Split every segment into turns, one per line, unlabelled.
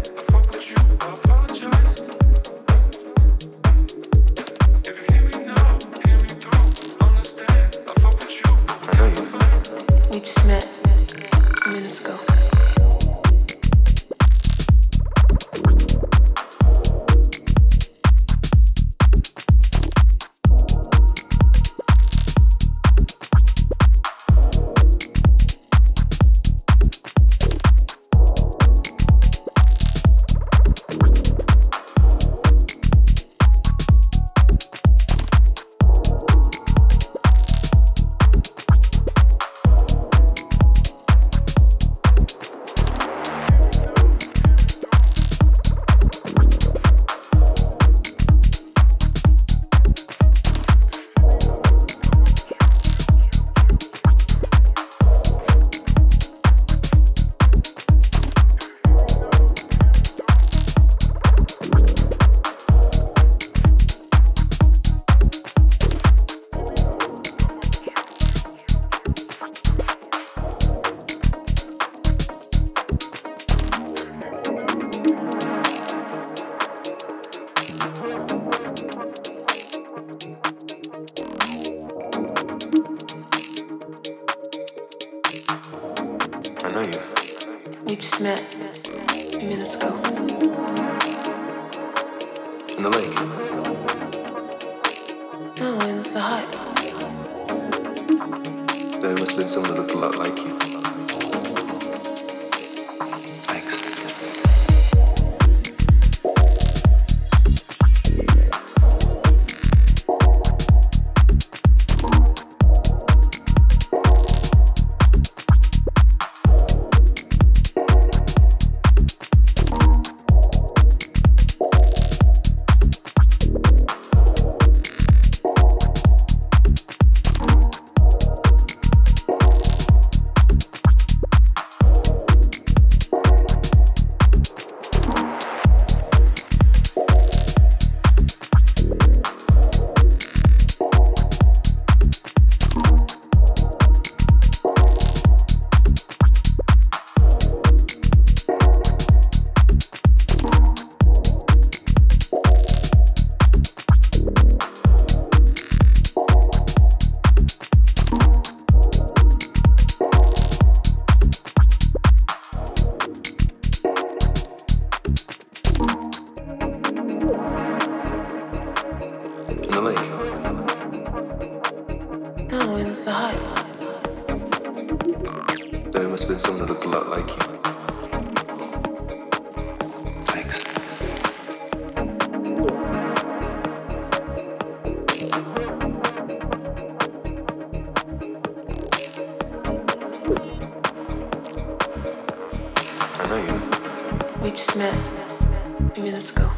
If you hear me now, hear me through, understand. I
just met a few minutes ago.
In the lake.
No, in the hut.
Then it must have been someone that looked a lot like you. Thanks. In the lake.
No, in the hut.
Then it must have been someone that looked a lot like you. Thanks. I know you.
We just met a few minutes ago.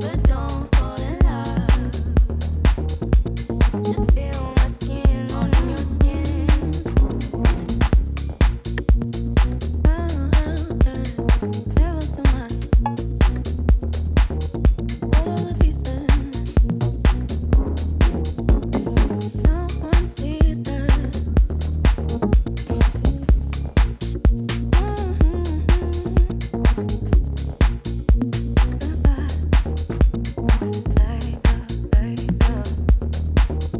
But don't fall in love. Uh, Mm-hmm.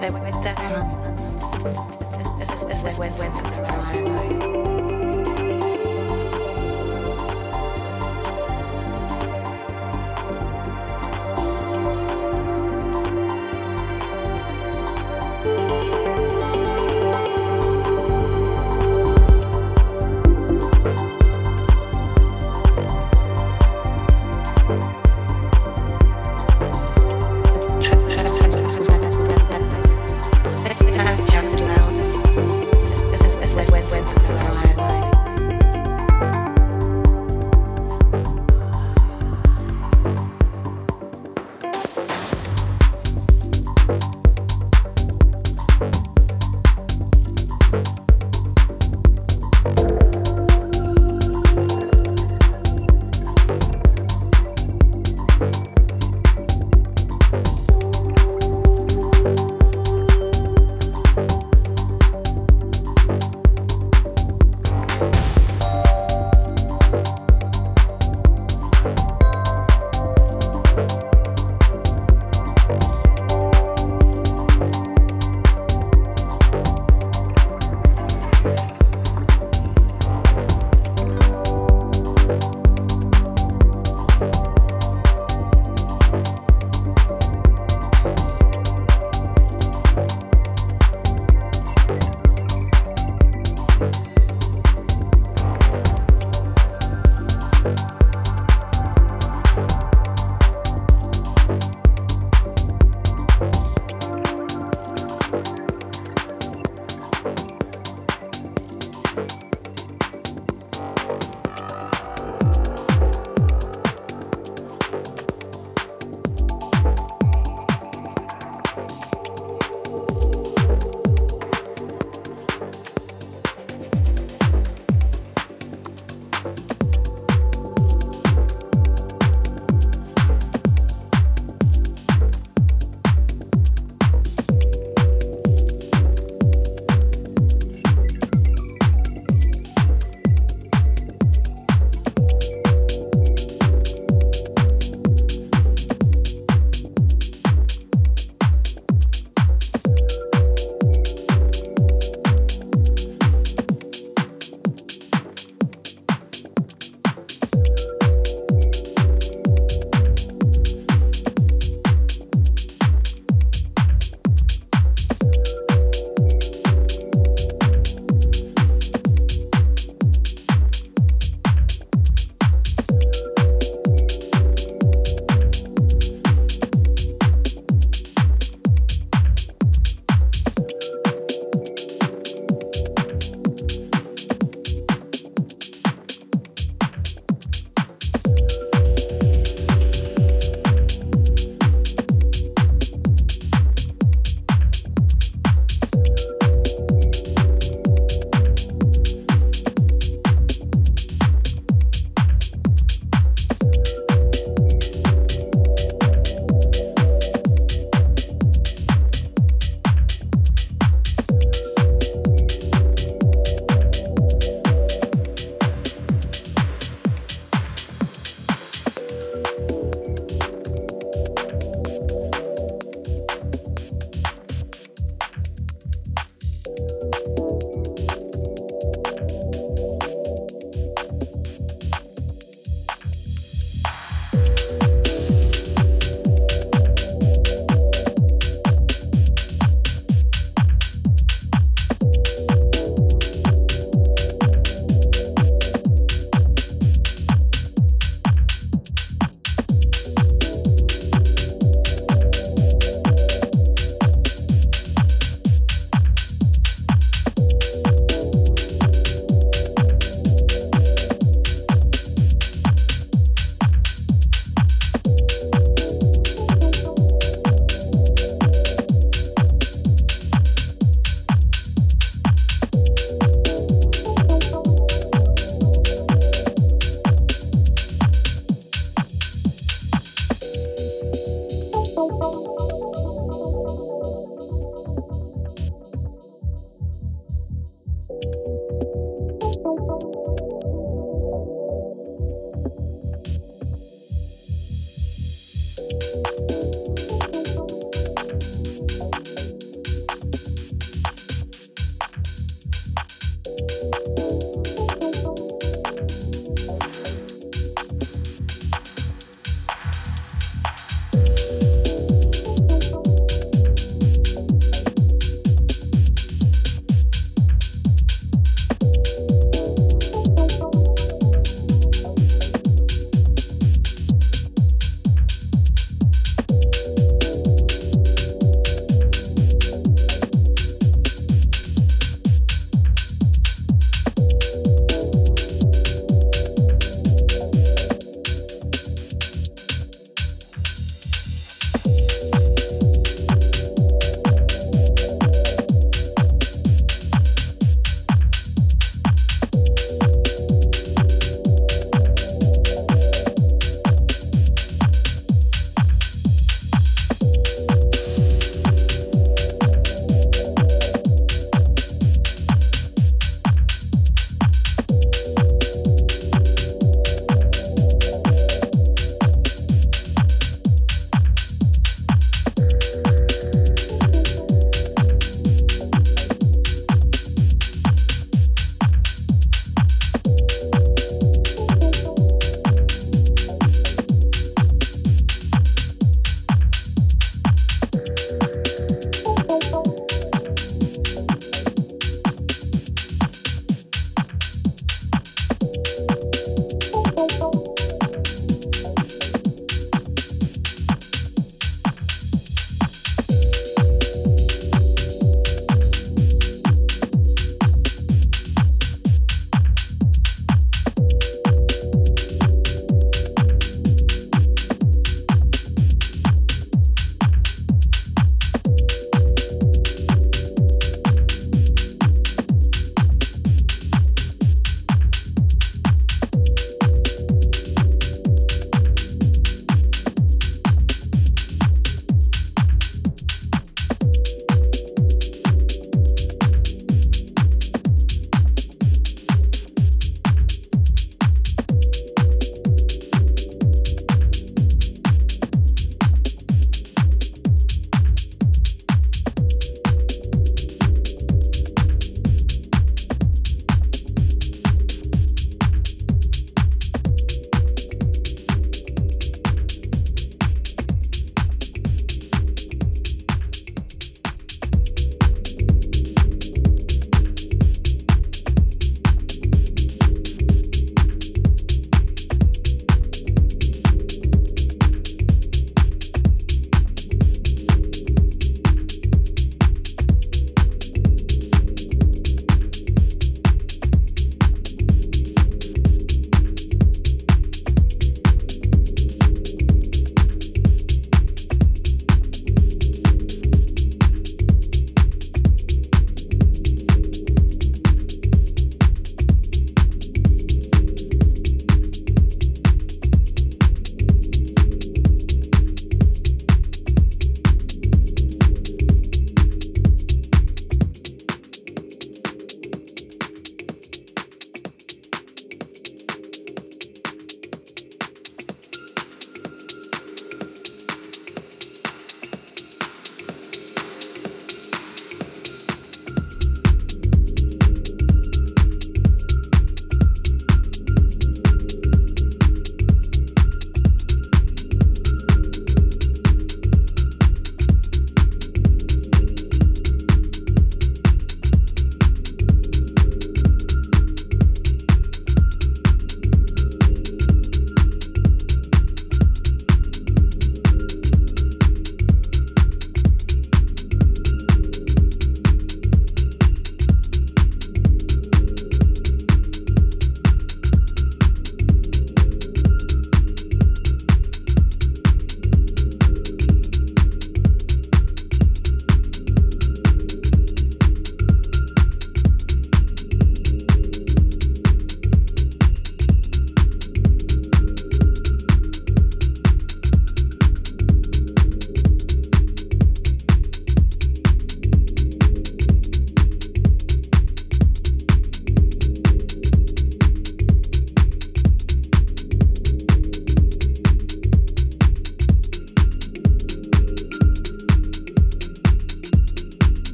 When, when, when, when, when, when, when, when,